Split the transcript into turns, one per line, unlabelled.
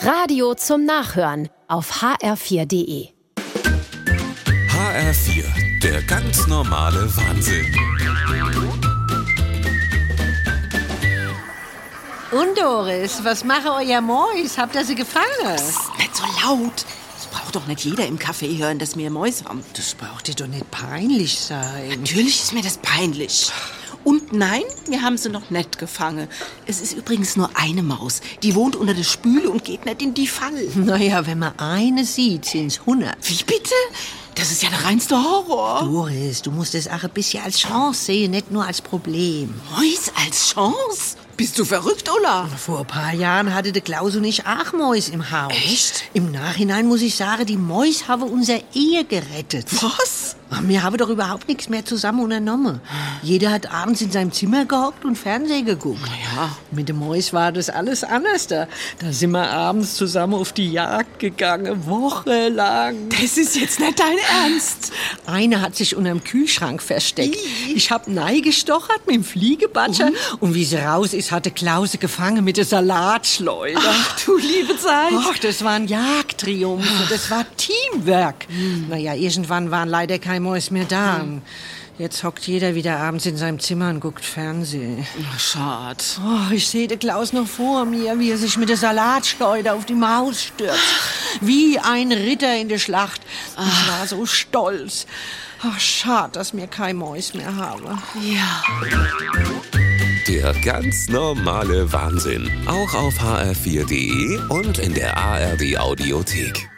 Radio zum Nachhören auf hr4.de.
HR4, der ganz normale Wahnsinn.
Und Doris, was mache euer Mois? Habt ihr sie gefangen?
Nicht so laut. Das braucht doch nicht jeder im Café hören, dass wir Mäuse haben.
Das braucht dir doch nicht peinlich sein.
Natürlich ist mir das peinlich. Und nein, wir haben sie noch nicht gefangen. Es ist übrigens nur eine Maus. Die wohnt unter der Spüle und geht nicht in die Falle.
Naja, wenn man eine sieht, sind's hundert.
Wie bitte? Das ist ja der reinste Horror.
Doris, du musst es auch ein bisschen als Chance sehen, nicht nur als Problem.
Mäus als Chance? Bist du verrückt, Ulla?
Vor ein paar Jahren hatte der Klaus und ich auch Mäus im Haus.
Echt?
Im Nachhinein muss ich sagen, die Mäus haben unser Ehe gerettet.
Was?
Wir haben doch überhaupt nichts mehr zusammen unternommen. Jeder hat abends in seinem Zimmer gehockt und Fernsehen geguckt.
Naja.
Mit dem Mäus war das alles anders da. Da sind wir abends zusammen auf die Jagd gegangen, wochenlang.
Das ist jetzt nicht dein Ernst.
Einer hat sich unterm Kühlschrank versteckt. Ich hab Nei gestochert mit dem Fliegebatscher. Und? wie sie raus ist, hatte Klause gefangen mit der Salatschleuder.
Ach, du liebe Zeit.
Ach, das war ein Jagdtriumph. und Das war Teamwork. Naja, irgendwann waren leider kein Mäus mehr da. Jetzt hockt jeder wieder abends in seinem Zimmer und guckt Fernsehen.
Schade.
Oh, ich sehe den Klaus noch vor mir, wie er sich mit der Salatschleuder auf die Maus stürzt. Wie ein Ritter in der Schlacht. Ich war so stolz. Ach, schade, dass mir kein Mäus mehr habe.
Ja.
Der ganz normale Wahnsinn. Auch auf hr4.de und in der ARD Audiothek.